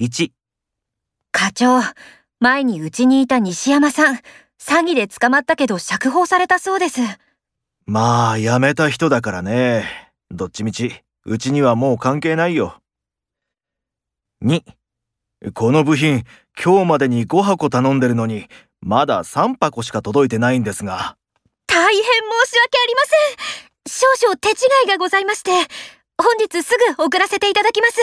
1、課長、前にうちにいた西山さん、詐欺で捕まったけど釈放されたそうです。まあ、辞めた人だからね。どっちみち、うちにはもう関係ないよ。 2、この部品、今日までに5箱頼んでるのに、まだ3箱しか届いてないんですが。大変申し訳ありません。少々手違いがございまして、本日すぐ送らせていただきます。